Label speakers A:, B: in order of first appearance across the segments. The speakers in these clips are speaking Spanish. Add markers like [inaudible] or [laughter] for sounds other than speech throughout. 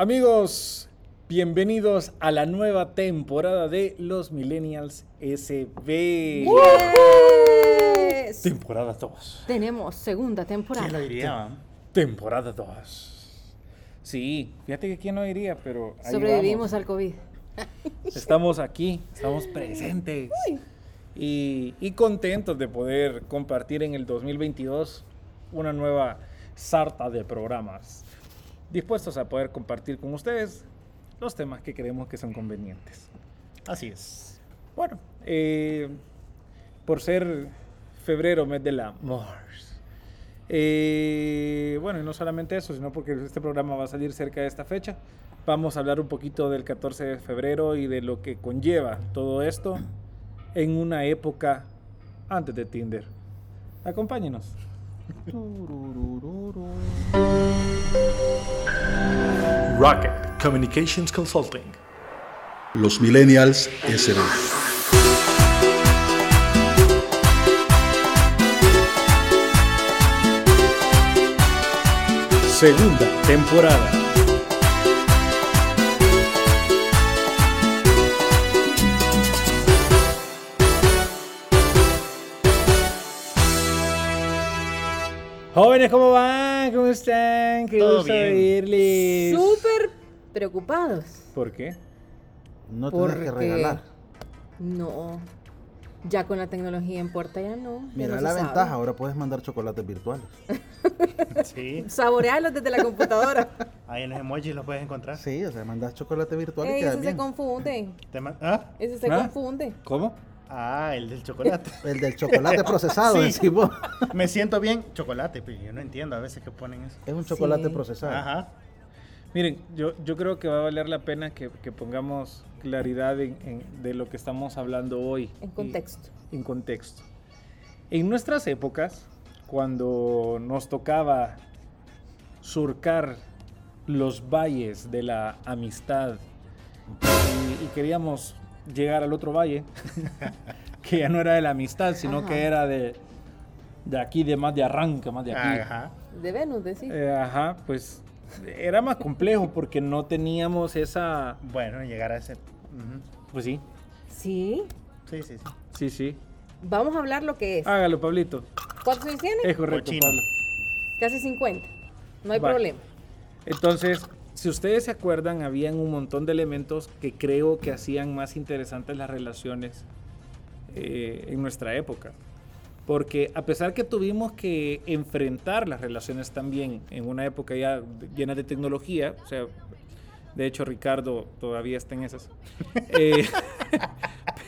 A: Amigos, bienvenidos a la nueva temporada de Los Millennials SB.
B: Yes.
A: Temporada 2.
B: Tenemos segunda temporada.
C: diría?
A: Temporada 2. Sí, fíjate que quién no diría, pero ahí
B: Sobrevivimos
A: vamos.
B: al COVID.
A: Estamos aquí, estamos presentes. Y, y contentos de poder compartir en el 2022 una nueva sarta de programas. Dispuestos a poder compartir con ustedes los temas que creemos que son convenientes.
C: Así es.
A: Bueno, eh, por ser febrero, mes del amor. Eh, bueno, y no solamente eso, sino porque este programa va a salir cerca de esta fecha. Vamos a hablar un poquito del 14 de febrero y de lo que conlleva todo esto en una época antes de Tinder. Acompáñenos.
D: Rocket Communications Consulting. Los Millennials SB.
A: Segunda temporada. Jóvenes, ¿cómo van? ¿Cómo están? Qué
C: Todo
A: gusto
C: bien.
A: oírles.
B: Súper preocupados.
A: ¿Por qué?
C: No
B: Porque-
C: tienes que regalar.
B: No. Ya con la tecnología en puerta ya no. ya
E: Mira
B: no
E: la
B: se sabe.
E: ventaja, ahora puedes mandar chocolates virtuales.
C: Sí.
B: Saborearlos desde la computadora.
C: Ahí en los emojis los puedes encontrar.
E: Sí, o sea, mandas chocolate virtual y
B: Ey,
E: queda
B: ese se
E: bien.
B: confunde.
C: Te man- ¿Ah?
B: Ese se
A: ¿Ah?
B: confunde.
A: ¿Cómo?
C: ah, el del chocolate. [laughs]
E: El del
B: [laughs]
E: chocolate procesado,
C: Sí.
E: decimos.
C: Me siento bien. Chocolate, pero yo no entiendo a veces que ponen eso.
E: Es un
B: Sí.
E: chocolate procesado.
C: Ajá.
A: Miren, yo, yo creo que va a valer la pena que, que pongamos claridad en- en- de lo que estamos hablando hoy.
B: En
A: Y-
B: contexto.
A: en contexto. En nuestras épocas, cuando nos tocaba surcar los valles de la amistad y, y queríamos llegar al otro valle, [laughs] que ya no era de la amistad, sino
B: Ajá.
A: que era de, de aquí, de más de arranca, más de aquí.
C: Ajá.
B: De Venus, decís.
A: Eh, ajá, pues era más complejo porque no teníamos esa...
C: Bueno, llegar a ese. Ujú.
A: Pues sí,
B: Sí.
C: Sí, sí, sí.
A: sí, sí.
B: Vamos a hablar lo que es.
A: Hágalo, Pablito.
B: ¿Cuántos años tiene?
A: Es correcto,
C: Cochino.
A: Pablo.
B: Casi 50. No hay
A: Vale.
B: problema.
A: Entonces, si ustedes se acuerdan, habían un montón de elementos que creo que hacían más interesantes las relaciones eh, en nuestra época. Porque a pesar que tuvimos que enfrentar las relaciones también en una época ya llena de tecnología, o sea, de hecho Ricardo todavía está en esas, [laughs] Eh,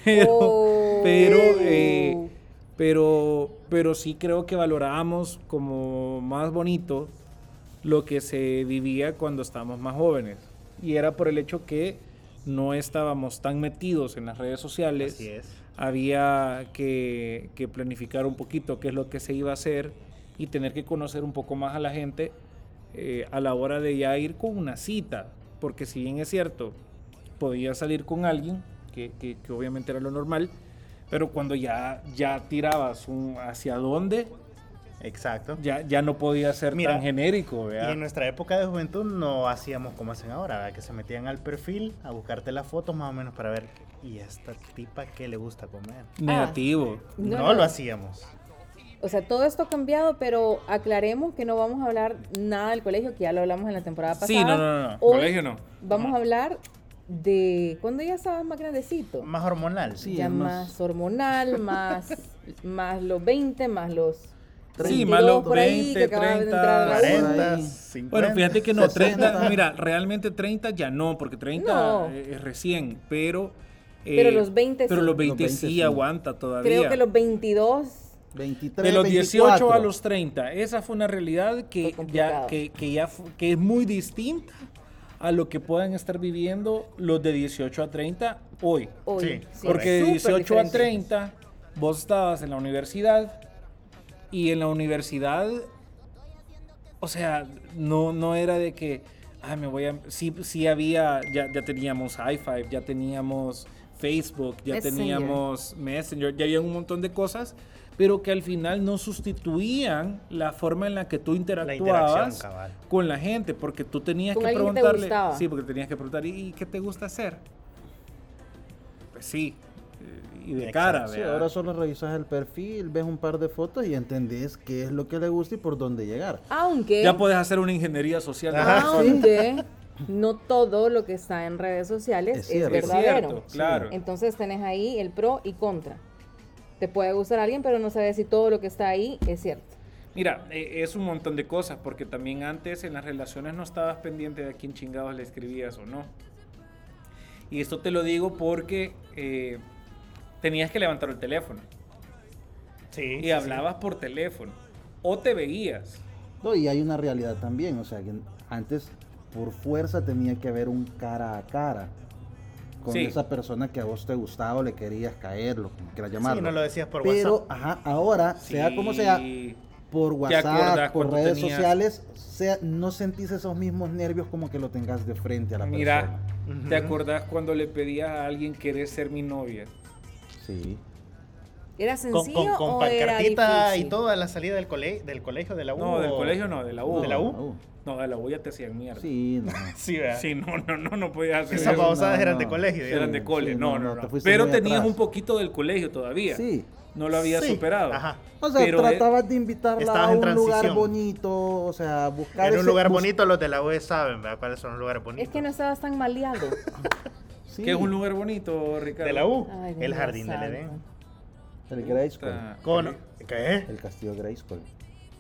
A: pero,
B: Oh.
A: pero, eh, pero, pero sí creo que valorábamos como más bonito lo que se vivía cuando estábamos más jóvenes. Y era por el hecho que no estábamos tan metidos en las redes sociales.
C: Así es.
A: Había que, que planificar un poquito qué es lo que se iba a hacer y tener que conocer un poco más a la gente eh, a la hora de ya ir con una cita. Porque si bien es cierto, podía salir con alguien, que, que- que obviamente era lo normal, pero cuando ya, ya tirabas un hacia dónde,
C: Exacto.
A: ya, ya no podía ser
C: Mira,
A: tan genérico.
C: Y
A: ¿vea?
C: en nuestra época de juventud no hacíamos como hacen ahora, ¿verdad? que se metían al perfil a buscarte las fotos más o menos para ver. ¿Y a esta tipa qué le gusta comer?
B: Ah.
A: Negativo.
B: No,
C: No,
B: no.
C: lo hacíamos.
B: O sea, todo esto ha cambiado, pero aclaremos que no vamos a hablar nada del colegio, que ya lo hablamos en la temporada pasada.
A: Sí, no, no, no, no.
B: Hoy
A: Colegio no.
B: Vamos a hablar de cuando ya estabas más grandecito.
C: Más hormonal.
E: Sí.
B: ya
E: es
B: más,
E: más-
A: [laughs]
B: hormonal, más, más los 20, más los.
A: Sí,
B: 22
A: más los
B: por ahí, que
A: 20,
B: acabas de
A: 30,
B: entrar a la U.
C: 40,
E: Por ahí.
C: 50.
A: Bueno, fíjate que no,
E: 60.
A: 30, mira, realmente 30 ya no, porque 30
B: No.
A: es recién, pero... eh,
B: Pero los 20
A: Pero
B: sí.
A: los 20
E: Los 20
A: sí
E: sí.
A: aguanta todavía.
B: Creo que los 22.
E: 23,
A: pues, de los 18
E: 24.
A: a los 30, esa fue una realidad que
B: Fue complicado.
A: ya, que, que ya fu- que es muy distinta a lo que puedan estar viviendo los de 18 a 30 hoy.
B: Hoy,
C: Sí,
B: sí,
A: Porque de
B: súper
A: 18 a
B: diferente.
A: 30 vos estabas en la universidad y en la universidad, o sea, no, no era de que, ay, me voy a... Sí, sí había, ya, ya teníamos i5, ya teníamos Facebook, ya
B: Messenger.
A: teníamos Messenger, ya había un montón de cosas, pero que al final no sustituían la forma en la que tú interactuabas
C: cabal.
A: con la gente, porque tú tenías
B: Con
A: que
B: alguien que te
A: preguntarle,
B: gustaba.
A: sí, porque tenías que preguntar, ¿y qué te gusta hacer? Pues sí, eh, y de
C: Exacto.
A: cara,
E: Sí,
A: ¿verdad?
E: ahora solo revisas el perfil, ves un par de fotos y entendés qué es lo que le gusta y por dónde llegar.
B: Aunque,
A: ya puedes hacer una ingeniería social. de
B: Ah,
A: la persona.
B: aunque no todo lo que está en redes sociales
E: Es
B: es,
E: cierto.
A: Es
B: verdadero. Em-
A: cierto, claro.
B: Entonces tenés ahí el pro y contra. Te puede gustar alguien, pero no sabes si todo lo que está ahí es cierto.
A: Mira, eh, es un montón de cosas, porque también antes en las relaciones no estabas pendiente de a quién chingados le escribías o no. Y esto te lo digo porque eh, tenías que levantar el teléfono
C: Sí,
A: y
C: sí,
A: hablabas por teléfono o te veías.
E: No, y hay una realidad también, o sea, que antes por fuerza tenía que haber un cara a cara con
A: Sí.
E: esa persona que a vos te gustaba o le querías caer, lo que quieras
C: Sí,
E: llamarlo.
C: no lo decías por
E: Pero,
C: WhatsApp.
E: ajá, ahora, sea como sea,
A: Sí.
E: por
A: acordás
E: WhatsApp, por
A: cuando
E: redes
A: tenías?
E: sociales, sea, no sentís esos mismos nervios como que lo tengas de frente a la
A: Mira,
E: persona.
A: ¿te
C: Ujú.
A: acordás cuando le pedías a alguien querer ser mi novia?
E: Sí.
B: ¿Era
C: Con,
B: sencillo
C: con, con
B: o
C: pa-
B: era
C: cartita
B: difícil?
C: y todo a la salida del, cole- del colegio de la U.
A: No, del
C: o-
A: colegio no, de la U.
C: Uh. ¿De la U?
A: No, de la U ya te hacían mierda. Sí,
E: Sí, no.
A: [laughs]
C: Sí, ¿verdad?
A: no, no, no, no podías hacer
C: Esas
A: eso.
C: babosadas
E: no,
C: eran de
E: no.
C: colegio.
A: eran de
E: sí,
A: cole, no, no, no.
E: te fuiste
A: Pero
E: muy
A: tenías
E: atrás.
A: un poquito del colegio todavía.
E: Sí.
A: No lo habías
C: Sí,
A: superado.
C: ajá.
E: O sea,
A: Pero, eh,
E: tratabas de invitarla
C: estabas
E: a
C: en
E: un lugar
C: transición.
E: bonito, o sea, buscar
C: En un
E: ese-
C: lugar
E: bus-
C: bonito los de la U saben, ¿verdad? ¿Cuáles son los lugares bonitos?
B: Es que no estabas tan
C: [laughs]
B: maleado.
E: Sí,
A: Que es un lugar bonito, Ricardo.
C: De la U,
B: Ay,
C: el
B: Dios
C: jardín del
B: santo.
C: Edén.
E: El Grayskull.
A: Puta.
C: Con... ¿Qué?
E: El castillo Grayskull.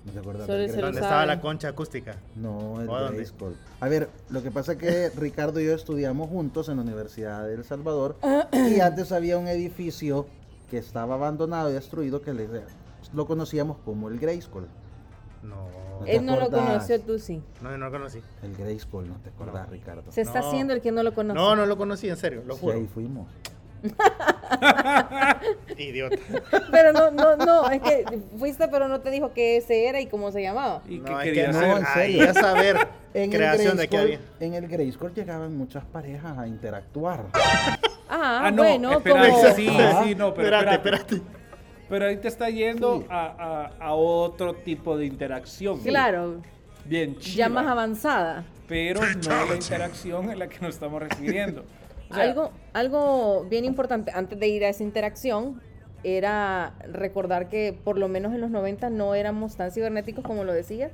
E: ¿No te acuerdas
B: Solo
E: del
B: se
E: Grayskull?
B: lo
C: ¿Dónde
B: saben.
C: estaba la concha acústica?
E: No, el
C: ¿O dónde?
E: Grayskull. A ver, lo que pasa
C: [laughs]
E: es que Ricardo y yo estudiamos juntos en la Universidad de El Salvador y antes había un edificio que estaba abandonado y destruido que le- lo conocíamos como el Grayskull.
C: No,
E: ¿Te
B: Él no lo
E: acordás?
B: conoció, tú sí.
C: no, no lo conocí.
E: El Grayskull, ¿no te acordás, Ricardo?
B: Se está
C: No.
B: haciendo el que no lo conoce.
C: No, no lo conocí, en serio, lo
E: Sí,
C: juro.
E: ahí fuimos.
C: Idiota.
B: [laughs] Pero no, no, no, es que fuiste, pero no te dijo qué ese era y cómo se llamaba.
A: [laughs] ¿Y
C: No,
A: qué
C: es
A: quería
C: que no,
A: hacer?
E: en
C: ahí
E: serio.
B: [laughs]
C: a saber
E: En
C: creación
E: el
C: de qué
E: Grayskull,
C: había.
E: en el Grayskull llegaban muchas parejas a interactuar.
B: Ah,
A: Ah, no,
B: bueno,
A: espérate,
B: como...
A: sí,
E: Ajá.
A: sí, no, pero
C: espérate,
A: espérate,
C: espérate.
A: Pero ahí te está yendo
E: Sí.
A: a, a- a otro tipo de interacción.
B: Claro,
A: Bien chido.
B: ya más avanzada.
A: Pero no la interacción en la que nos estamos refiriendo. O sea,
B: algo, algo bien importante antes de ir a esa interacción era recordar que por lo menos en los 90 no éramos tan cibernéticos como lo decía,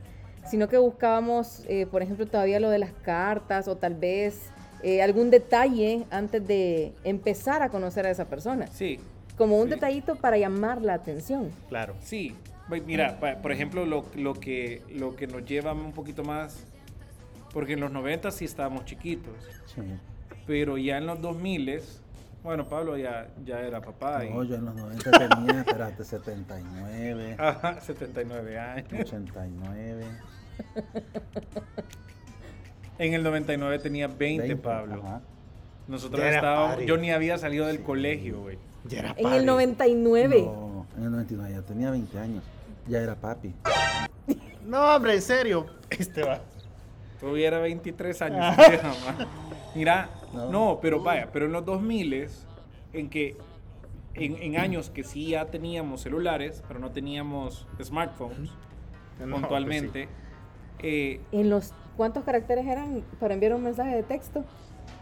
B: sino que buscábamos, eh, por ejemplo, todavía lo de las cartas o tal vez eh, algún detalle antes de empezar a conocer a esa persona.
A: Sí,
B: Como un
A: Sí.
B: detallito para llamar la atención.
C: Claro.
A: sí. Ve, Mira, pa- por ejemplo, lo, lo que, lo que nos lleva un poquito más. Porque en los 90 sí estábamos chiquitos.
E: Sí.
A: Pero ya en los 2000 Bueno, Pablo ya, ya era papá. y-
E: No, yo en los 90 tenía, espérate, 79,
A: [laughs] Ajá, 79 años.
E: 89.
A: En el 99 tenía 20,
E: 20,
A: Pablo.
E: ajá.
A: Nosotros
C: Ya era
A: estábamos.
C: padre.
A: Yo ni había salido del colegio, güey.
C: Ya era
B: En
C: padre.
B: el 99.
E: No, en el 99 ya tenía 20 años. Ya era papi.
C: No, hombre, en serio. Este va.
A: Tuviera 23 años. vieja, ma. [laughs] Mira,
E: No.
A: no. pero vaya, pero en los 2000 en que. En, en años que sí ya teníamos celulares, pero no teníamos smartphones
C: No, pues
A: puntualmente. eh,
B: En los ¿Cuántos caracteres eran para enviar un mensaje de texto?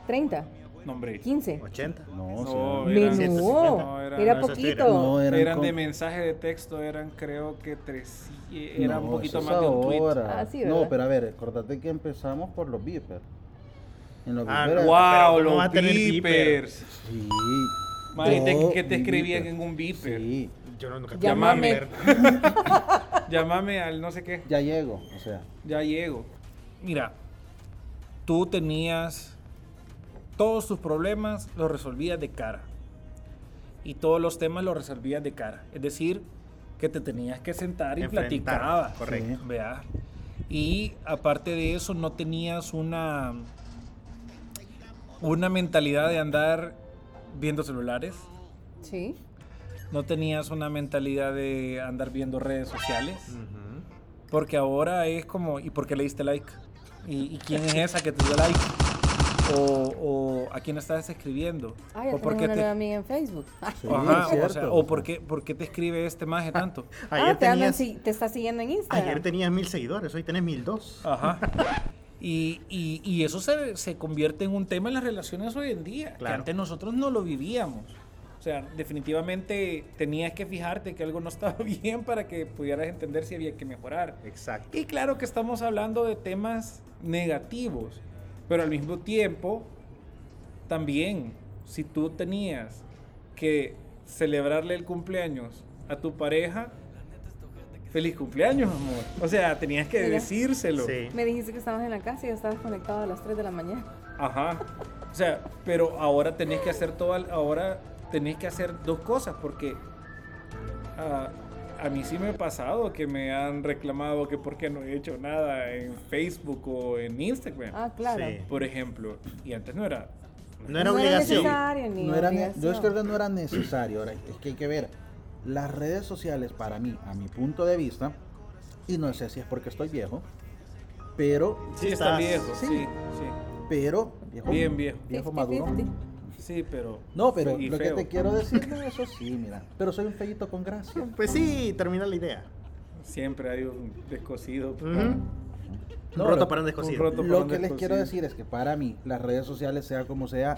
B: 30,
A: no, hombre.
B: 15.
C: pues sí. 80.
E: No,
A: No,
E: sí,
A: eran-
B: Menudo,
A: no, eran-
B: era
A: no,
C: eso sí era.
B: poquito.
E: no,
A: Eran,
E: eran
A: de
E: con-
A: mensaje de texto, eran creo que tres. eh, Era
E: no,
A: un poquito
E: eso
A: más
E: es
A: de un tweet.
E: ahora.
B: Ah, sí,
E: no,
B: ¿verdad?
E: pero a ver, acordate que empezamos por los beepers. En los
C: Ah,
E: beepers-
C: no,
A: ¡Wow!
C: pero ¿cómo va a
A: Los
C: tener
A: beepers.
E: Sí.
A: Madre, te-
E: todo
A: que te escribían
E: beeper.
A: en un beeper.
E: Sí,
C: Yo no, nunca
B: Llámame.
A: Llámame al no sé qué.
E: ya llego, o sea.
A: Ya llego. Mira, tú tenías todos tus problemas, los resolvías de cara. Y todos los temas los resolvías de cara. Es decir, que te tenías que sentar y
C: Enfrentar,
A: platicabas.
C: correcto.
A: Vea. Y aparte de eso, no tenías una, una mentalidad de andar viendo celulares.
B: Sí.
A: No tenías una mentalidad de andar viendo redes sociales. Porque ahora es como, ¿y por qué le diste like? ¿Y, y quién es esa que te dio like? o, o a quién estás escribiendo.
B: Ah, ya
A: o por
B: tenés
A: qué
B: una
A: te,
B: nueva amiga en Facebook. Ah,
E: Sí,
A: Ajá, o,
E: cierto.
A: sea, o por, qué, por qué te escribe este maje tanto.
B: Ah,
C: Ayer
B: te, andan
C: tenías,
B: si- te está siguiendo en Instagram.
C: ayer tenías mil seguidores, hoy tenés mil dos.
A: Ajá. Y, y- y eso se, se convierte en un tema en las relaciones hoy en día, que
C: Claro.
A: antes nosotros no lo vivíamos. O sea, definitivamente tenías que fijarte que algo no estaba [laughs] bien para que pudieras entender si había que mejorar.
C: Exacto.
A: Y claro que estamos hablando de temas negativos, pero al mismo tiempo, también, si tú tenías que celebrarle el cumpleaños a tu pareja, feliz cumpleaños, amor. O sea, tenías que
B: Mira.
A: decírselo.
C: Sí.
B: Me dijiste que estabas en la casa y ya estabas conectado a las 3 de la mañana.
A: Ajá. O sea, pero ahora tenés que hacer todo, ahora tenés que hacer dos cosas porque ah, a mí sí me ha pasado que me han reclamado que por qué no he hecho nada en Facebook o en Instagram,
B: Ah, claro.
C: Sí.
A: por ejemplo, y antes no era.
C: No era obligación.
B: necesario ni
E: No era, ne-
B: obligación.
E: yo es que no era necesario. Ahora, es que hay que ver. Las redes sociales, para mí, a mi punto de vista, y no sé si es porque estoy viejo, pero,
A: Sí, está
C: estás-
A: viejo, sí,
E: sí.
A: sí.
E: pero, viejo,
A: Bien viejo.
E: viejo
B: 50-50.
E: maduro.
A: Sí, pero
E: No, pero
A: y
E: lo que
A: feo.
E: te quiero decir de eso, sí, mira. Pero soy un feíto con gracia.
C: Pues sí, termina la idea.
A: siempre hay un descosido.
C: Ujú.
E: No,
C: roto
E: lo-
C: para un
A: un
C: descosido.
A: roto. por
E: Lo
A: donde
E: que les quiero
A: consigue.
E: decir es que para mí, las redes sociales, sea como sea,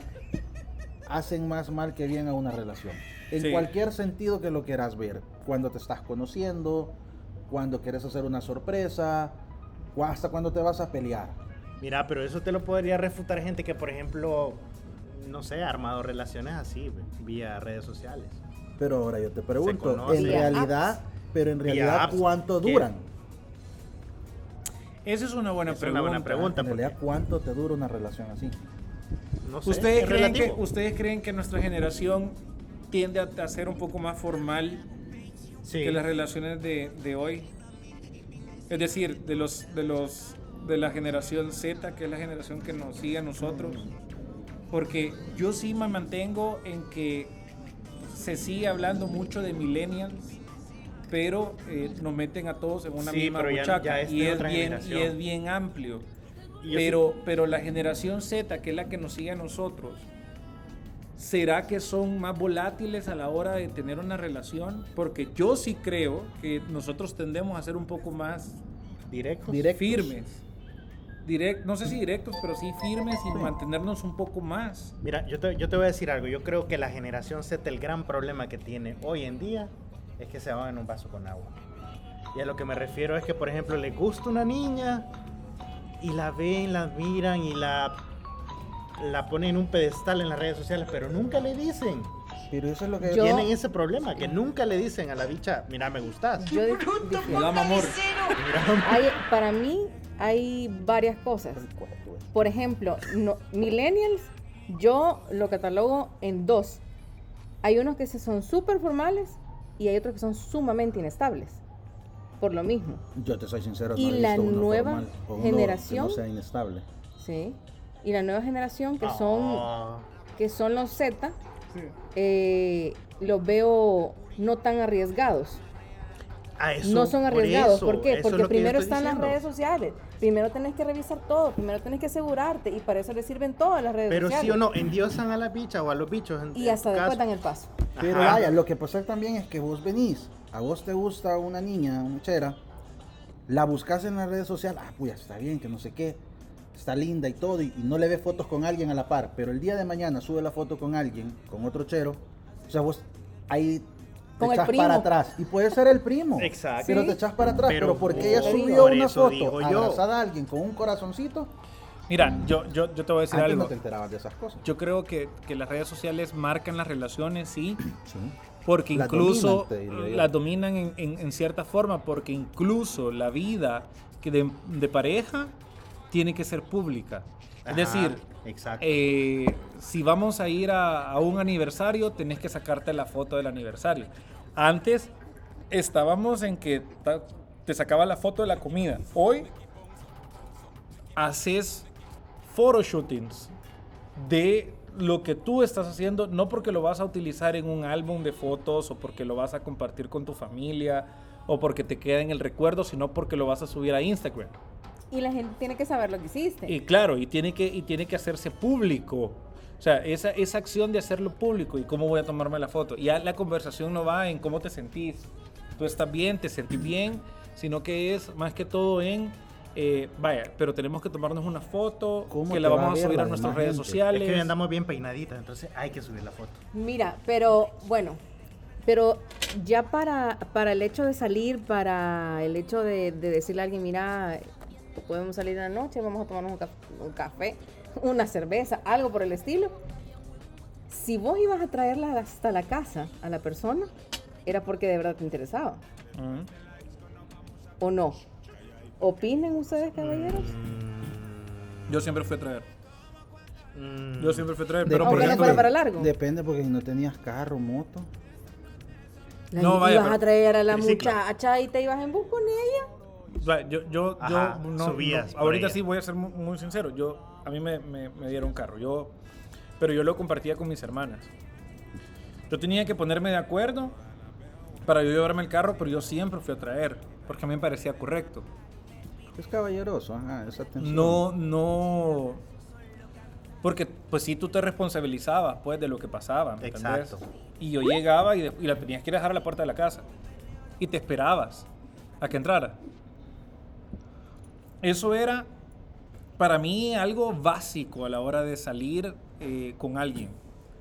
E: hacen más mal que bien a una relación. En
A: Sí.
E: cualquier sentido que lo quieras ver. Cuando te estás conociendo, cuando quieres hacer una sorpresa, o hasta cuando te vas a pelear.
C: Mira, pero eso te lo podría refutar gente que, por ejemplo, no sé, ha armado relaciones así, ve, vía redes sociales.
E: Pero ahora yo te pregunto,
C: conocen.
E: en
B: Vía
E: realidad, pero en
C: Vía
E: realidad,
C: apps.
E: ¿cuánto
C: ¿Qué?
E: duran?
A: Esa es una buena
C: Es
A: pregunta.
C: una buena pregunta.
E: En realidad,
C: porque-
E: ¿cuánto te dura una relación así?
C: No sé,
A: ¿Ustedes
C: es
A: creen, que,
C: relativo.
A: ¿Ustedes creen que nuestra generación tiende a, a ser un poco más formal
C: Sí.
A: que las relaciones de, de hoy? Es decir, de los de los de la generación Z, que es la generación que nos sigue a nosotros. Porque yo sí me mantengo en que se sigue hablando mucho de millennials, pero eh, nos meten a todos en una
C: Sí,
A: misma
C: pero ya-
A: buchaca
C: ya es
A: y,
C: de
A: es
C: otra
A: bien, y
C: generación.
A: es bien amplio.
C: Y yo
A: Pero, pero la generación Z, que es la que nos sigue a nosotros, ¿será que son más volátiles a la hora de tener una relación? Porque yo sí creo que nosotros tendemos a ser un poco más
C: Directo.
E: Directos.
A: firmes. Direct, no sé si directos, pero sí firmes y mantenernos un poco más.
C: Mira, yo te, yo te voy a decir algo. Yo creo que la generación Z, el gran problema que tiene hoy en día es que se van en un vaso con agua. Y a lo que me refiero es que, por ejemplo, les gusta una niña y la ven, la miran y la, la ponen en un pedestal en las redes sociales, pero nunca le dicen.
E: Pero eso es lo que
B: Yo-
C: Tienen ese problema, que nunca le dicen a la bicha, mira, me gustas.
B: Yo dije- dije,
A: Me damos amor.
B: hay- para mí hay varias cosas. Por ejemplo, no- millennials, yo lo catalogo en dos. Hay unos que se son súper formales y hay otros que son sumamente inestables. Por lo mismo.
E: Yo te soy sincero,
B: Y
E: no he
B: la
E: visto uno
B: nueva
E: formal o uno
B: generación-
E: que no sea inestable.
B: Sí. Y la nueva generación que son
C: Ah,
B: que son los Z, eh, los veo no tan arriesgados.
C: a Ah, eso,
B: no son
C: por
B: arriesgados.
C: eso,
B: ¿Por, qué?
C: eso es
B: Porque
C: lo que yo
B: primero
C: estoy
B: están
C: diciendo.
B: las redes sociales. Primero tenés que revisar todo. Primero tenés que asegurarte. Y para eso le sirven todas las redes
C: Pero
B: sociales.
C: sí o no, endiosan a la bicha o a los bichos. en-
B: Y
C: en
B: hasta
C: tu
B: después
C: caso.
B: dan el paso.
E: Pero
C: Ajá.
E: vaya, lo que pasa también es que vos venís, a vos te gusta una niña, una chera, la buscas en las redes sociales, ah, pues está bien, que no sé qué, está linda y todo, y, y no le ves fotos con alguien a la par, pero el día de mañana sube la foto con alguien, con otro chero, o sea, vos ahí te
B: Con el
E: echas
B: primo.
E: para atrás, y puede ser el primo,
C: Exacto.
E: pero
B: Sí.
E: te echas para atrás,
C: Pero
E: pero, porque ella
C: por
E: subió una
C: eso
E: foto
C: digo yo.
E: abrazada a alguien con un corazoncito,
A: Mira, yo, yo, yo te voy a decir
E: antes no
A: algo.
E: te enterabas de esas cosas.
A: Yo creo que, que las redes sociales marcan las relaciones, sí,
E: Sí.
A: porque
E: Las
A: incluso
E: dominan, te diría yo.
A: las dominan en, en- en cierta forma, porque incluso la vida que de, de pareja tiene que ser pública. Es
C: Ajá,
A: decir,
C: exacto.
A: eh, si vamos a ir a, a un aniversario, tenés que sacarte la foto del aniversario. Antes estábamos en que ta- te sacaba la foto de la comida. Hoy haces photoshootings de lo que tú estás haciendo, no porque lo vas a utilizar en un álbum de fotos o porque lo vas a compartir con tu familia o porque te queda en el recuerdo, sino porque lo vas a subir a Instagram.
B: y la gente tiene que saber lo que hiciste.
A: Y claro, y tiene que, y tiene que hacerse público. O sea, esa, esa acción de hacerlo público y cómo voy a tomarme la foto. Ya la conversación no va en cómo te sentís. Tú estás bien, te sentís bien, sino que es más que todo en, eh, vaya, pero tenemos que tomarnos una foto
E: ¿Cómo
A: que la
E: te va a
A: vamos a,
E: ver
A: subir
E: la
A: a nuestras
E: demás
A: redes
E: gente?
A: sociales.
C: Es que hoy andamos bien peinaditas, entonces hay que subir la foto.
B: Mira, pero bueno, pero ya para, para el hecho de salir, para el hecho de, de decirle a alguien, mira, podemos salir en la noche, vamos a tomarnos un, ca- un café, una cerveza, algo por el estilo. Si vos ibas a traerla hasta la casa a la persona, era porque de verdad te interesaba,
A: Ujú.
B: ¿o no? ¿Opinan ustedes, caballeros?
A: Mm. Yo siempre fui a traer.
C: Mm,
A: Yo siempre fui a traer,
E: Depende.
A: pero por
B: Aunque no
A: ejemplo...
B: fuera para largo.
E: Depende porque no tenías carro, moto.
B: La-
A: No, vaya,
B: ibas
A: pero-
B: a traer a la
C: Triciclo.
B: muchacha y te ibas en bus con ella.
A: O sea, yo, yo,
C: Ajá,
A: yo no,
C: subías
A: no-
C: por
A: ahorita
C: ella.
A: sí voy a ser mu- muy, sincero. Yo, a mí me, me- me dieron carro. Yo, pero yo lo compartía con mis hermanas. Yo tenía que ponerme de acuerdo para yo llevarme el carro, pero yo siempre fui a traer, porque a mí me parecía correcto.
E: Es caballeroso, ajá, esa atención.
A: No, no. Porque, pues sí, tú te responsabilizabas, pues, de lo que pasaba, ¿me entendés?
C: Exacto.
A: Y yo llegaba y, de- y la tenías que ir a dejar a la puerta de la casa. Y te esperabas a que entrara. Eso era, para mí, algo básico a la hora de salir eh, con alguien,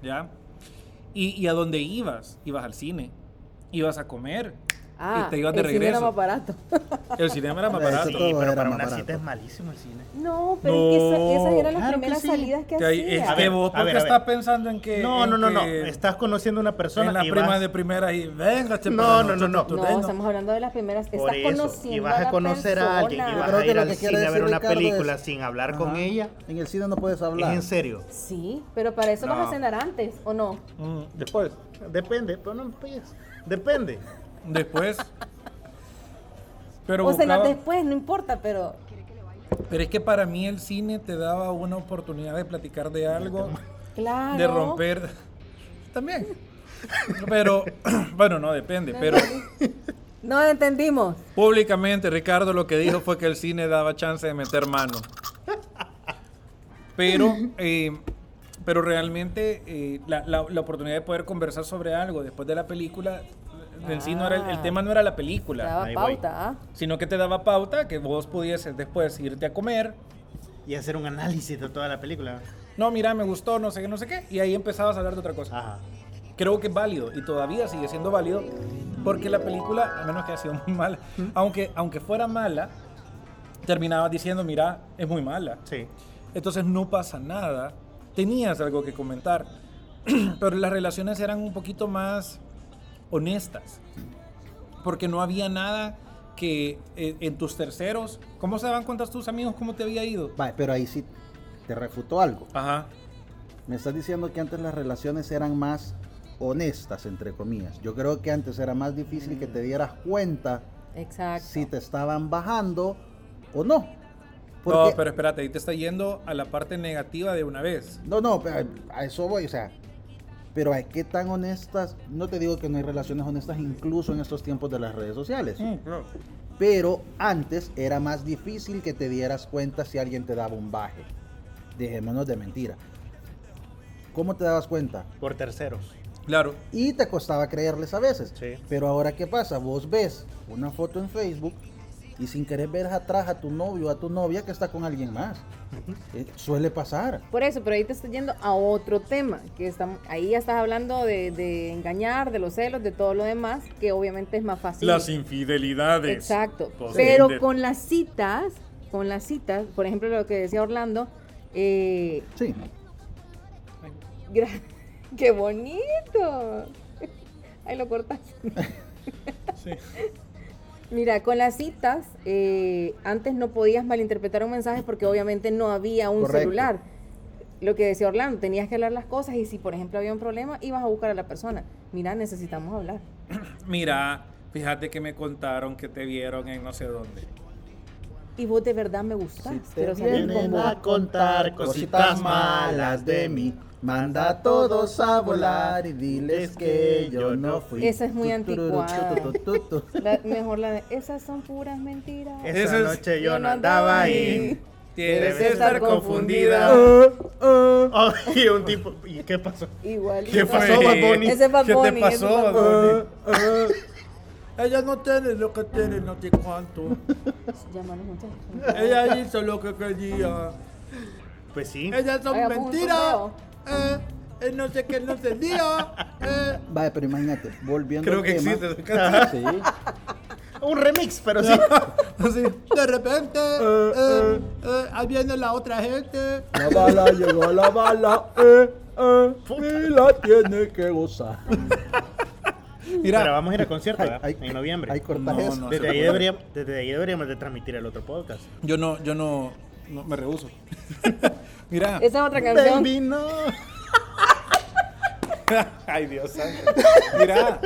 A: ¿ya? Y, y a dónde ibas, ibas al cine, ibas a comer y te ibas de
B: Ah, el cine era
A: regreso.
B: más barato.
A: el cine era más
E: [laughs] Eso
A: barato.
C: Sí,
E: todo
C: pero
E: era
C: para
E: más
C: una
E: barato.
C: cita es malísimo el cine.
B: No, pero es que esa-
A: No.
B: esas eran las
C: Claro que
B: primeras
C: sí.
B: salidas que
A: Que hay- este es
B: hacía.
C: A
A: que
C: ver,
A: vos
C: a
A: porque
C: ver, a
A: estás
C: ver.
A: pensando en que
C: No,
A: en
C: no, no, no.
A: que
C: Estás conociendo a una persona
A: en la
C: y
A: prima
C: vas-
A: de primera y venga
C: No, no, no, no.
B: No, estamos hablando de las primeras.
C: Por
B: Estás
C: eso,
B: conociendo
C: y vas a conocer a,
B: la
C: alguien, y
B: persona.
C: vas
E: creo
C: a
E: que
C: ir
E: lo
C: al
E: que quiere
C: cine a ver
E: decir
C: una
E: Ricardo es-
C: película sin hablar con
E: Ajá.
C: ella.
E: En el cine no puedes
C: Es
E: hablar.
C: en serio.
B: Sí, pero para eso vas a cenar antes, ¿o no?
A: después,
C: Depende, pero no pues, Depende.
A: después. Pero,
B: o cenar
A: buscaba-
B: después, no importa, pero
A: pero es que para mí el cine te daba una oportunidad de platicar de algo,
B: claro.
A: de romper también. Pero [clears throat] bueno, no depende, pero
B: No entendimos.
A: Públicamente, Ricardo lo que dijo fue que el cine daba chance de meter mano. Pero, eh, pero realmente eh, la, la- la oportunidad de poder conversar sobre algo después de la película, en sí no era el, el tema no era la película,
B: Daba
C: ahí voy.
B: pauta, ¿ah?
A: sino que te daba pauta que vos pudieses después irte a comer.
C: Y hacer un análisis de toda la película.
A: No, mira, me gustó, no sé qué, no sé qué. Y ahí empezabas a hablar de otra cosa.
C: Ajá.
A: Creo que es válido y todavía sigue siendo válido porque la película, a menos que haya sido muy mala, aunque, aunque fuera mala, terminabas diciendo, mira, es muy mala.
C: Sí.
A: Entonces no pasa nada. Tenías algo que comentar. [clears throat] Pero las relaciones eran un poquito más honestas. Porque no había nada que eh, en tus terceros. ¿Cómo se daban cuenta tus amigos cómo te había ido?
E: Va, pero ahí sí te refutó algo.
A: Ajá.
E: Me estás diciendo que antes las relaciones eran más honestas, entre comillas. Yo creo que antes era más difícil que te dieras cuenta
B: Exacto.
E: si te estaban bajando o no.
A: No,
E: Porque-
A: pero espérate, ahí te está yendo a la parte negativa de una vez.
E: No, no, pero a eso voy, o sea. Pero hay que tan honestas, no te digo que no hay relaciones honestas incluso en estos tiempos de las redes sociales,
A: Mm, claro.
E: pero antes era más difícil que te dieras cuenta si alguien te daba un baje. Dejémonos de mentira. ¿Cómo te dabas cuenta?
C: Por terceros.
A: Claro.
E: y te costaba creerles a veces.
C: Sí.
E: Pero ahora qué pasa, vos ves una foto en Facebook y sin querer ver atrás a tu novio o a tu novia que está con alguien más. Eh, suele pasar.
B: Por eso, pero ahí te estoy yendo a otro tema, que estamos, ahí ya estás hablando de, de engañar, de los celos, de todo lo demás, que obviamente es más fácil.
A: infidelidades.
B: Exacto.
A: Pues,
B: Pero
A: depende.
B: con las citas, con las citas, por ejemplo, lo que decía Orlando, eh,
E: Sí.
B: gra- [laughs] ¡qué bonito! [laughs] Ahí lo cortas. [laughs] Mira, con las citas, eh, antes no podías malinterpretar un mensaje porque obviamente no había un
E: Correcto.
B: celular. Lo que decía Orlando, tenías que hablar las cosas y si, por ejemplo, había un problema, ibas a buscar a la persona. Mira, necesitamos hablar.
A: Mira, fíjate que me contaron que te vieron en no sé dónde.
B: Y vos de verdad me gustás.
E: te
B: quiero salir
E: vienen
B: con vos.
E: a contar cositas malas de mí, Manda a todos a volar y diles que yo no fui.
B: Esa es muy
E: Tu, tururú,
B: anticuada.
E: tu, tu, tu, tu, tu.
B: La- mejor la de, esas son puras mentiras.
A: Eso
C: Esa
A: es-
C: noche yo no andaba ahí.
A: Tienes
C: Debes
A: que estar
B: estar
A: confundida.
C: [laughs] Oh, y un tipo, ¿y qué pasó?
B: Igual.
C: ¿Qué pasó,
A: Bad
C: Bad Bunny?
B: Ese es Bad
A: ¿Qué te
B: Bunny, ese
A: pasó,
B: es Bad
A: Bad Bunny?
F: Ella no tiene lo que tiene, no sé cuánto.
B: Llamar a los muchachos.
F: Ella hizo lo que quería.
C: Pues sí.
F: Ellas son
B: Hagamos un
F: mentiras.
B: sondeo.
F: Eh, eh, no sé qué, no
A: [laughs]
F: entendía. Eh.
E: Vaya, pero imagínate, volviendo
A: Creo
E: al
A: que
E: tema.
A: existe esa canción.
E: Sí.
C: Un remix, pero [laughs] sí.
F: Así, de repente, eh, eh, ahí viene la otra gente.
E: La bala llegó, la bala, eh, eh, y la tiene que gozar.
C: pero
A: Mira,
C: vamos a ir a concierto ¿verdad?
E: Ay, ay,
C: en noviembre.
E: Ahí cortas
A: No,
E: eso.
A: no.
C: desde,
A: se
C: ahí
A: puede.
C: deberíamos, desde ahí deberíamos de transmitir el otro podcast.
A: yo no, yo no, no me rehuso. [laughs] Mira,
B: Esa es otra canción.
C: Baby, no.
A: [laughs] ay Dios santo. Mira,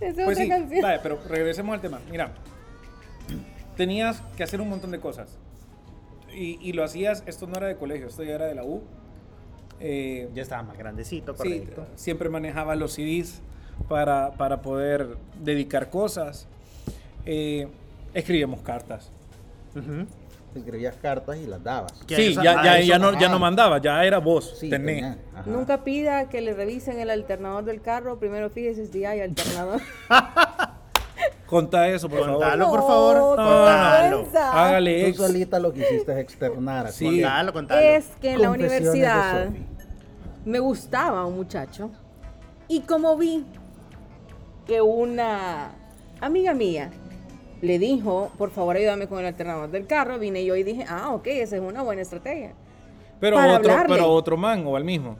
B: Esa es
A: pues
B: otra
A: sí,
B: canción.
A: vale, pero regresemos al tema. Mira, tenías que hacer un montón de cosas y, y lo hacías. Esto no era de colegio, esto ya era de la U. Eh,
C: Ya estaba más grandecito,
A: Sí,
C: correcto.
A: siempre manejaba los CDs para, para poder dedicar cosas. Eh, escribíamos cartas.
C: Ujú.
E: Escribías cartas y las dabas.
C: Que
A: Sí,
C: eso-
A: ya,
C: a
A: ya,
C: eso-
A: ya no, ya no
E: ah.
A: mandaba, ya era vos.
E: Sí,
A: tené.
E: tenía, ajá.
B: Nunca pida que le revisen el alternador del carro. Primero fíjese si hay alternador.
A: Contá eso, por favor.
C: Contalo, por favor.
B: No, qué
C: contalo.
B: vergüenza.
A: Hágale
E: Tú
A: ex.
E: solita lo que hiciste es externar. así.
A: Sí.
C: Contalo, contalo.
B: Es que en la
E: Confesiones de
B: universidad
E: Sophie.
B: me gustaba un muchacho y como vi que una amiga mía le dijo, por favor ayúdame con el alternador del carro, vine yo y dije, ah, ok, esa es una buena estrategia.
A: Pero
B: para
A: otro,
B: hablarle.
A: pero otro man o al mismo.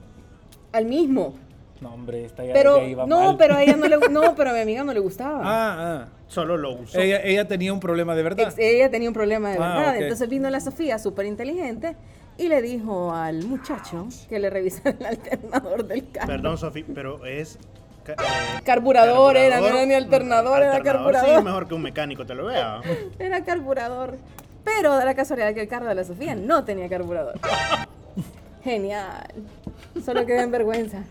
B: Al mismo.
A: No, hombre, esta ya,
B: Pero,
A: ya iba
B: no,
A: mal.
B: pero a ella
A: [laughs]
B: no le no, pero a mi amiga no le gustaba.
A: Ah, ah.
C: Solo lo usó.
A: Ella, ella tenía un problema de verdad.
B: Ex- Ella tenía un problema de
A: Ah,
B: verdad.
A: ok.
B: Entonces vino la Sofía, súper inteligente, y le dijo al muchacho que le revisara el [laughs] alternador del carro.
C: Perdón, Sofi, pero es. ca- eh,
B: Carburador era, no era ni alternador, era carburador.
C: Sí, mejor que un mecánico te lo vea.
B: Era carburador. Pero da la casualidad que el carro de la Sofía no tenía carburador. Genial. Solo quedé en vergüenza.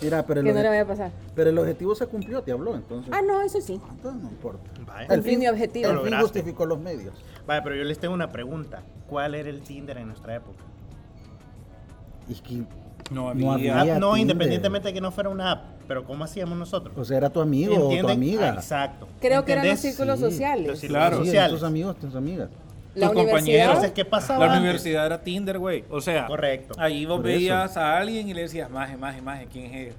E: Mira, pero el,
B: Que no le
E: obje-
B: vaya a pasar.
E: pero el objetivo se cumplió, te habló, entonces.
B: Ah, no, eso sí.
E: Entonces no importa.
C: Vaya.
B: Cumplí mi objetivo.
E: El fin
C: Lograste.
E: justificó los medios.
C: Vaya, pero yo les tengo una pregunta. ¿Cuál era el Tinder en nuestra época?
E: Y es que,
A: No había.
E: No había.
C: App, Ah, no,
E: Ah, Tinder.
C: independientemente de que no fuera una app, pero ¿cómo hacíamos nosotros?
E: o sea, era tu amigo o tu
C: ¿Entienden?
E: amiga.
C: Ah, exacto.
B: Creo que eran los
C: ¿Entendés?
B: círculos
E: Sí,
C: Los
B: sociales.
C: círculos
A: Claro.
E: Sí, eran
C: sociales.
E: tus amigos, tus amigas.
B: La
A: tus compañeros.
B: universidad.
C: Entonces, ¿qué pasaba
A: La
C: antes?
A: universidad era Tinder, güey. O sea,
C: Correcto.
A: ahí vos
E: Por
A: veías a alguien y le decías, maje, maje, maje, ¿quién es ella?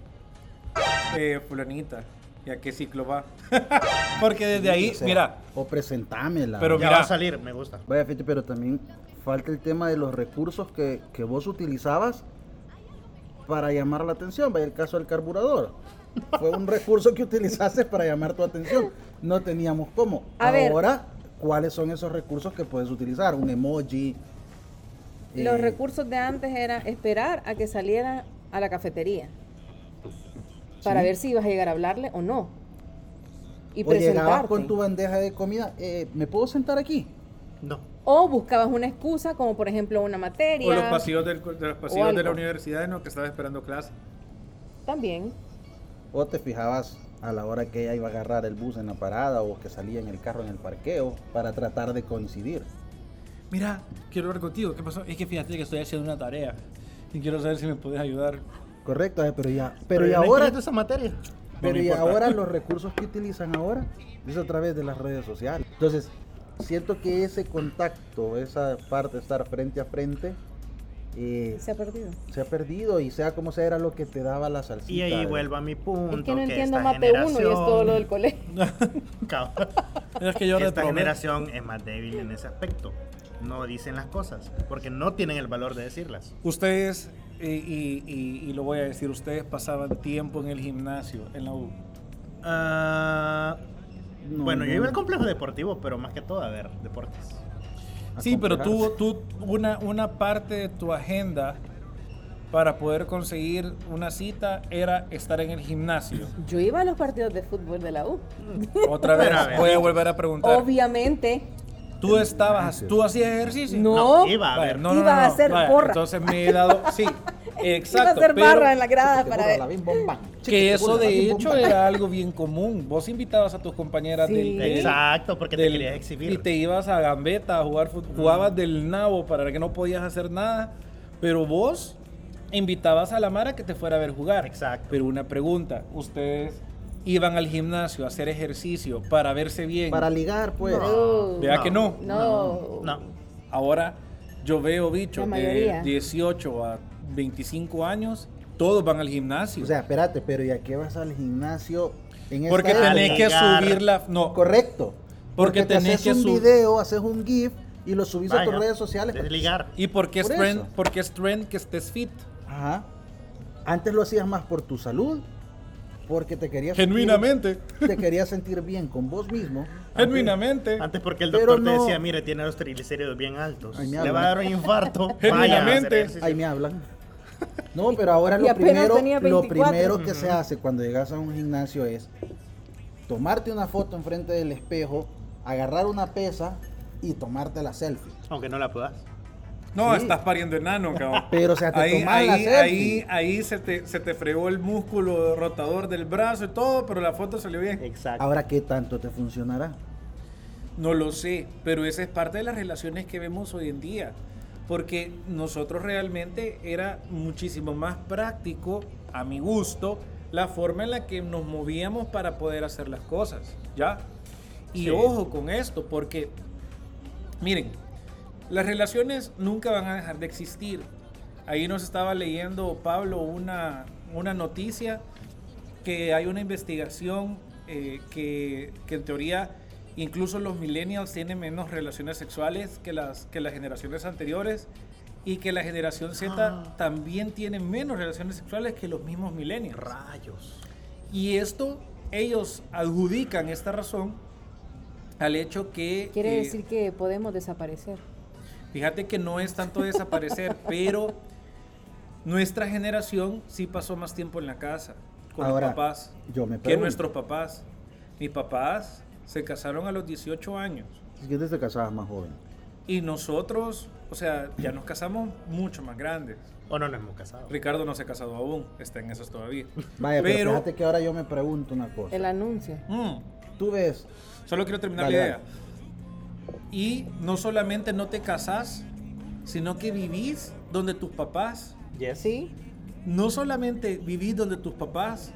A: Eh, fulanita. ¿Y a qué ciclo va? [laughs] Porque desde ahí,
E: O sea,
A: mira,
E: O presentámela.
A: Pero
C: Ya
A: mira.
C: va a salir, me gusta.
E: Vaya, fíjate, pero también falta el tema de los recursos que, que vos utilizabas para llamar la atención. Vaya, el caso del carburador. Fue un recurso que utilizaste para llamar tu atención. No teníamos cómo.
B: A ver.
E: Ahora, ¿cuáles son esos recursos que puedes utilizar? Un emoji. eh,
B: Los recursos de antes era esperar a que saliera a la cafetería. Para ver si ibas a llegar a hablarle o no. Y
E: o llegabas
B: presentarte.
E: con tu bandeja de comida. eh, ¿Me puedo sentar aquí?
C: No.
B: O buscabas una excusa, como por ejemplo una materia.
A: o los pasillos, del, de, los pasillos de la
B: algo.
A: universidad en los que estaba esperando clase.
B: También.
E: O te fijabas a la hora que ella iba a agarrar el bus en la parada o que salía en el carro en el parqueo para tratar de coincidir.
A: Mira, quiero hablar contigo. ¿Qué pasó? Es que fíjate que estoy haciendo una tarea y quiero saber si me puedes ayudar. [laughs]
E: Correcto, eh, pero ya. Pero,
C: yo
E: y
C: no
E: ahora.
C: entiendo esa materia?
E: Pero
A: me
E: y
A: importa.
E: ahora los recursos que utilizan ahora es a través de las redes sociales. Entonces, siento que ese contacto, esa parte de estar frente a frente, eh,
B: Se ha perdido.
E: se ha perdido y sea como sea, era lo que te daba la salsita.
C: Y ahí
E: de-
C: vuelvo a mi punto.
B: Es que no entiendo
C: esta
B: mate uno y es todo lo del
C: generación-
B: colegio.
C: Cabrón.
A: Es que yo
C: Que esta
A: reprobé.
C: generación es más débil en ese aspecto. No dicen las cosas porque no tienen el valor de decirlas.
A: Ustedes, y, y- y- y lo voy a decir, ustedes pasaban tiempo en el gimnasio, en la U.
C: Ah,
E: No,
C: bueno, yo
E: no,
C: iba al
E: no.
C: complejo deportivo, pero más que todo a ver deportes.
E: A
A: Sí, pero tú,
E: compararse.
A: tú una, una parte de tu agenda para poder conseguir una cita era estar en el
B: [laughs]
A: gimnasio.
B: Yo iba a los partidos de fútbol de la U.
A: Otra vez,
C: Espera, a ver.
A: voy a volver a preguntar.
B: Obviamente,
A: Tú estabas, tú hacías ejercicio.
B: no.
C: iba a
A: Vaya,
C: ver.
A: no, no,
B: Iba
A: no, no.
B: a hacer
A: Vaya,
B: porra.
A: Entonces me he dado, sí,
B: [laughs] Iba a
A: Exacto.
B: hacer
A: pero-
B: barra en la grada
E: Te
B: para
E: borra
B: ver.
E: la bim, bom, bam.
A: que
E: Chiquitibum,
A: eso
E: la
A: de
E: bim, bom,
A: hecho
E: bam.
A: era algo bien común. Vos invitabas a tus compañeras
B: Sí.
A: del, del-
C: Exacto, porque te
A: del-
C: querías
A: Y
C: exhibir.
A: te ibas a gambeta a jugar fut- Jugabas del nabo para que no podías hacer nada. Pero vos invitabas a la Mara que te fuera a ver jugar.
C: Exacto.
A: Pero una pregunta: ¿Ustedes iban al gimnasio a hacer ejercicio para verse bien?
E: Para ligar, pues.
B: No,
A: Vea
C: No.
A: que no.
B: No.
C: No.
A: Ahora yo veo bichos
B: La
A: de
B: mayoría.
A: 18 a 25 años, todos van al gimnasio.
E: O sea, espérate, pero ¿y a qué vas al gimnasio en esta
A: porque
E: época?
A: tenés que
C: Llegar.
A: subir la. No,
E: Correcto.
A: Porque
E: te
A: tenés
E: haces
A: que
E: un
A: sub-
E: video, haces un GIF y lo subís a
C: Vaya,
E: tus redes sociales.
B: pues.
C: Desligar.
A: y porque es,
E: Por
A: trend,
E: eso.
A: porque es trend que estés fit.
E: Ajá. Antes lo hacías más por tu salud, porque te querías
A: Genuinamente.
E: sentir- te querías sentir bien con vos mismo.
A: Genuinamente.
C: Antes porque el
E: Pero
C: doctor te
E: no.
C: decía, mire, tiene los triglicéridos bien altos.
E: Ay, mi
C: Le
E: alma.
C: va a dar un
E: [laughs]
C: infarto. Vaya, a hacer
A: Genuinamente.
C: ejercicio.
E: Ahí me hablan. [laughs] No, pero ahora
B: Y
E: lo
B: apenas
E: primero,
B: tenía
E: lo
B: 24.
E: primero que se hace cuando llegas a un gimnasio es tomarte una foto enfrente del espejo, agarrar una pesa y tomarte la selfie.
C: Aunque no la puedas.
A: no,
E: sí.
A: estás pariendo enano, cabrón.
E: [laughs] Pero, o sea, te
A: ahí,
E: tomás la
A: ahí,
E: selfie.
A: ahí, ahí se te, se te fregó el músculo rotador del brazo y todo, pero la foto salió bien.
C: Exacto.
E: Ahora, ¿qué tanto te funcionará?
A: No lo sé, pero esa es parte de las relaciones que vemos hoy en día. Porque nosotros realmente era muchísimo más práctico, a mi gusto, la forma en la que nos movíamos para poder hacer las cosas, ¿ya? Y
C: Sí.
A: ojo con esto, porque, miren, las relaciones nunca van a dejar de existir. Ahí nos estaba leyendo Pablo una, una noticia que hay una investigación eh, que, que en teoría incluso los millennials tienen menos relaciones sexuales que las, que las generaciones anteriores y que la generación Z también tiene menos relaciones sexuales que los mismos millennials.
C: Rayos.
A: Y esto ellos adjudican esta razón al hecho que...
B: Quiere
A: eh,
B: decir que podemos desaparecer.
A: Fíjate que no es tanto
E: [laughs]
A: desaparecer, pero nuestra generación sí pasó más tiempo en la casa con
E: Ahora,
A: los papás
E: yo me
A: que
E: pregunto.
A: nuestros papás. Mis papás se casaron a los 18 años
E: Es que te casabas más joven.
A: y nosotros, o sea, ya nos casamos mucho más grandes.
C: O Oh, no nos hemos casado.
A: Ricardo no se ha casado aún, está en esos todavía.
E: Vaya, pero, fíjate que ahora yo me pregunto una cosa.
B: El anuncio.
A: mm,
E: Tú ves,
A: Solo quiero terminar
E: Dale,
A: la idea. Y no solamente no te casas, sino que vivís donde tus papás.
B: ¿Sí?
A: No solamente vivís donde tus papás,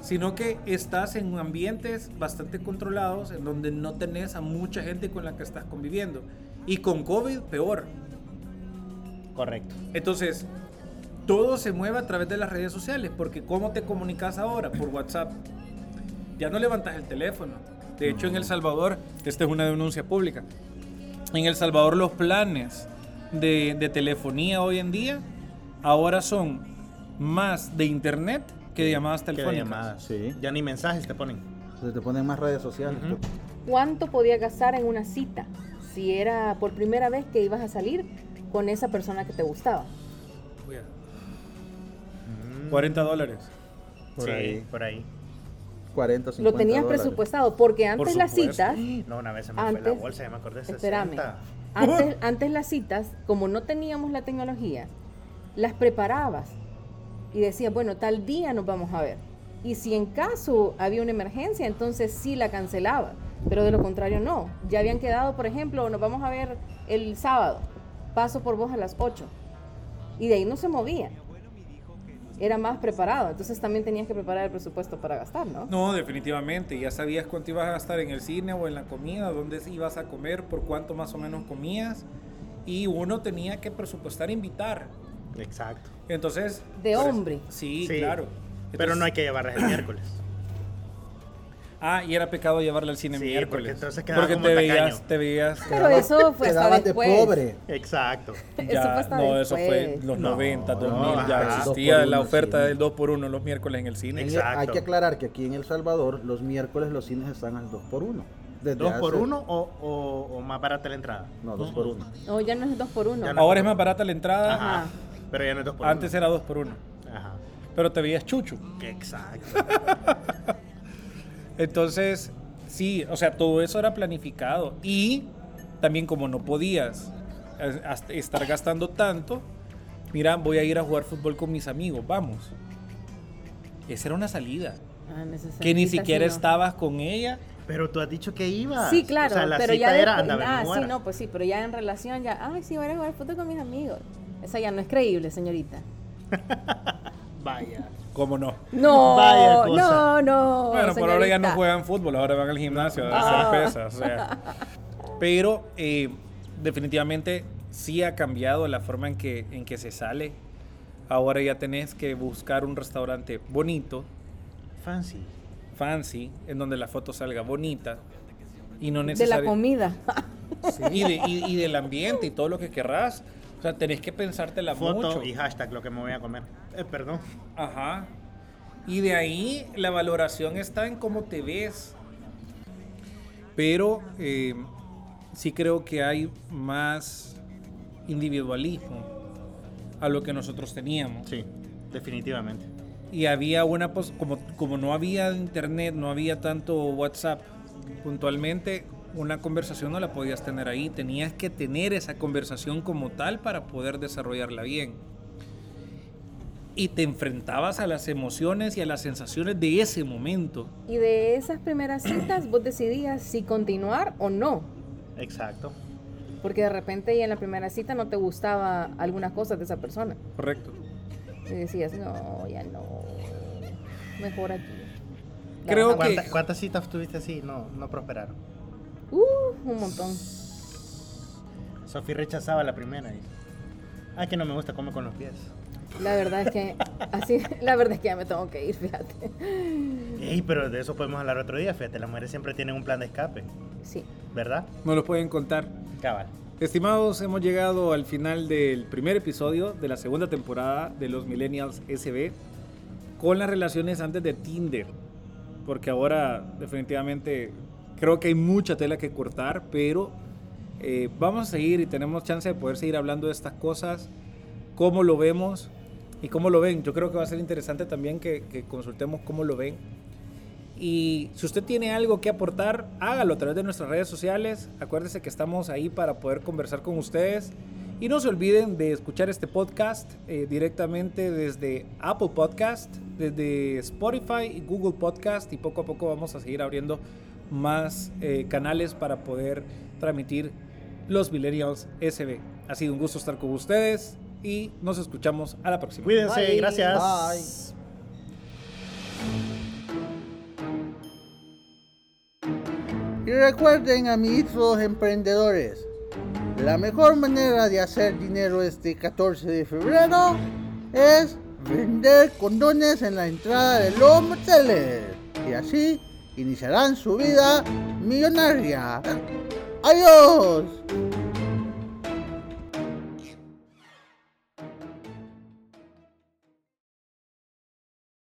A: sino que estás en ambientes bastante controlados en donde no tenés a mucha gente con la que estás conviviendo. Y con COVID, peor.
C: Correcto.
A: Entonces, todo se mueve a través de las redes sociales, porque ¿cómo te comunicas ahora? Por WhatsApp. Ya no levantas el teléfono. De hecho, en El Salvador, esta es una denuncia pública, en El Salvador los planes de, de telefonía hoy en día ahora son más de internet que de llamadas
C: Qué
A: telefónicas.
C: llamadas.
E: Sí.
C: Ya ni mensajes te ponen.
E: se te ponen más redes sociales.
C: Ujú.
B: ¿Cuánto podía gastar en una cita? Si era por primera vez que ibas a salir con esa persona que te gustaba.
A: Cuidado. 40 dólares.
E: Por
C: sí,
E: ahí.
C: por ahí.
E: 40, 50
B: Lo tenías
E: dólares.
B: presupuestado porque antes las
A: supuesto.
B: citas,
C: Pues No, una vez se me fue la
B: Antes-
C: bolsa, ya me acordé. 60.
B: espérame,
E: [laughs]
B: antes, antes las citas, como no teníamos la tecnología, las preparabas y decías, bueno, tal día nos vamos a ver. Y si en caso había una emergencia, entonces sí la cancelaba, pero de lo contrario no. Ya habían quedado, por ejemplo, nos vamos a ver el sábado, paso por vos a las 8. Y de ahí no se movía. Era más preparado, entonces también tenías que preparar el presupuesto para gastar, ¿no?
A: No, definitivamente. Ya sabías cuánto ibas a gastar en el cine o en la comida, dónde ibas a comer, por cuánto más o menos comías. Y uno tenía que presupuestar invitar.
C: Exacto.
A: Entonces.
B: De
A: por eso-
B: hombre.
A: Sí,
C: Sí,
A: claro.
C: Pero
A: Entonces-
C: no hay que llevarlas el miércoles.
A: Ah, y era pecado llevarla al cine
C: Sí,
A: miércoles.
C: porque entonces quedaba
A: Porque
C: como
A: te
C: tacaño.
A: veías, te veías.
B: Pero [laughs] eso fue
E: Te
B: hasta
E: dabas de
B: después.
E: pobre.
C: Exacto.
B: [laughs] Eso
A: ya,
B: fue hasta
A: no, eso fue
B: después.
A: los
C: No,
A: 90,
C: no,
A: 2000. ya
C: ajá.
A: existía
E: Dos por
A: la
E: uno,
A: oferta
E: sí.
A: del 2x1 los miércoles en el
E: En
A: cine.
E: el-
C: Exacto.
E: hay que aclarar que aquí en El Salvador los miércoles los cines están al 2x1.
C: ¿Dos por uno o, o- o más barata la entrada?
E: No, 2x1.
B: No, ya no es dos por uno.
C: Ya no.
A: Ahora es más barata la entrada.
C: Ajá.
B: Ajá.
C: Pero ya no es dos por
A: Antes era 2x1.
C: uno. Ajá.
A: Pero te veías chucho.
C: Exacto.
A: Entonces, sí, o sea, todo eso era planificado. Y también como no podías eh, hasta- estar gastando tanto, mira, voy a ir a jugar fútbol con mis amigos, vamos. Esa era una salida.
B: Ah, necesariamente
A: Que ni siquiera
B: sí, no.
A: estabas con ella.
C: Pero tú has dicho que ibas.
B: Sí, claro,
C: Ah, O sea, la
B: pero
C: cita
B: ya
C: era
B: después-
C: anda, ven,
B: Ah,
C: muera.
B: sí, no, pues sí, pero ya en relación ya, ay, sí, voy a ir a jugar fútbol con mis amigos. Esa ya no es creíble, señorita.
C: Vaya.
A: ¿Cómo no?
B: No,
C: Vaya cosa.
B: no, no.
A: Bueno, por ahora ya no
B: señorita. Ah.
A: juegan fútbol, ahora van al gimnasio a hacer pesas. o sea. Pero eh, definitivamente sí ha cambiado la forma en que, en que se sale. Ahora ya tenés que buscar un restaurante bonito,
C: Fancy.
A: fancy, en donde la foto salga bonita y no
B: De la
A: necesariamente...
B: comida. [laughs]
A: y, de- y- y del ambiente y todo lo que querrás. O sea, tenés que pensártela
C: Foto
A: mucho.
C: y hashtag lo que me voy a comer. Eh, perdón.
A: Ajá. Y de ahí la valoración está en cómo te ves. Pero eh, sí creo que hay más individualismo a lo que nosotros teníamos.
C: Sí, definitivamente.
A: Y había una pos- como, como no había internet, no había tanto WhatsApp puntualmente, una conversación no la podías tener ahí. Tenías que tener esa conversación como tal para poder desarrollarla bien. Y te enfrentabas a las emociones y a las sensaciones de ese momento.
B: Y de esas primeras citas vos decidías si continuar o no.
C: Exacto.
B: Porque de repente y en la primera cita no te gustaba algunas cosas de esa persona.
A: Correcto.
B: Y decías, no, ya no. Mejor aquí. La
A: Creo
B: bajamos.
A: que-
C: ¿Cuánta- ¿Cuántas citas tuviste así? No, no prosperaron.
B: Uh, un montón.
C: Sofía rechazaba la primera. dice. Ah, que no me gusta comer con los pies.
B: La verdad es que así, [laughs] la verdad es que ya me tengo que ir, fíjate.
C: Ey, pero de eso podemos hablar otro día, fíjate. Las mujeres siempre tienen un plan de escape,
B: Sí.
C: ¿verdad?
A: No lo pueden contar.
C: Cabal.
A: Estimados, hemos llegado al final del primer episodio de la segunda temporada de los Millennials SB con las relaciones antes de Tinder. Porque ahora definitivamente creo que hay mucha tela que cortar, pero eh, vamos a seguir y tenemos chance de poder seguir hablando de estas cosas, cómo lo vemos y cómo lo ven. Yo creo que va a ser interesante también que, que consultemos cómo lo ven. Y si usted tiene algo que aportar, hágalo a través de nuestras redes sociales. Acuérdese que estamos ahí para poder conversar con ustedes. Y no se olviden de escuchar este podcast eh, directamente desde Apple Podcast, desde Spotify y Google Podcast. Y poco a poco vamos a seguir abriendo más eh, canales para poder transmitir los Millennials SB. Ha sido un gusto estar con ustedes y nos escuchamos a la próxima.
C: Cuídense,
B: Bye.
C: gracias.
E: Bye. Y recuerden, amiguitos emprendedores, la mejor manera de hacer dinero este 14 de febrero es vender condones en la entrada de los moteles. Y así iniciarán su vida millonaria. ¡Adiós!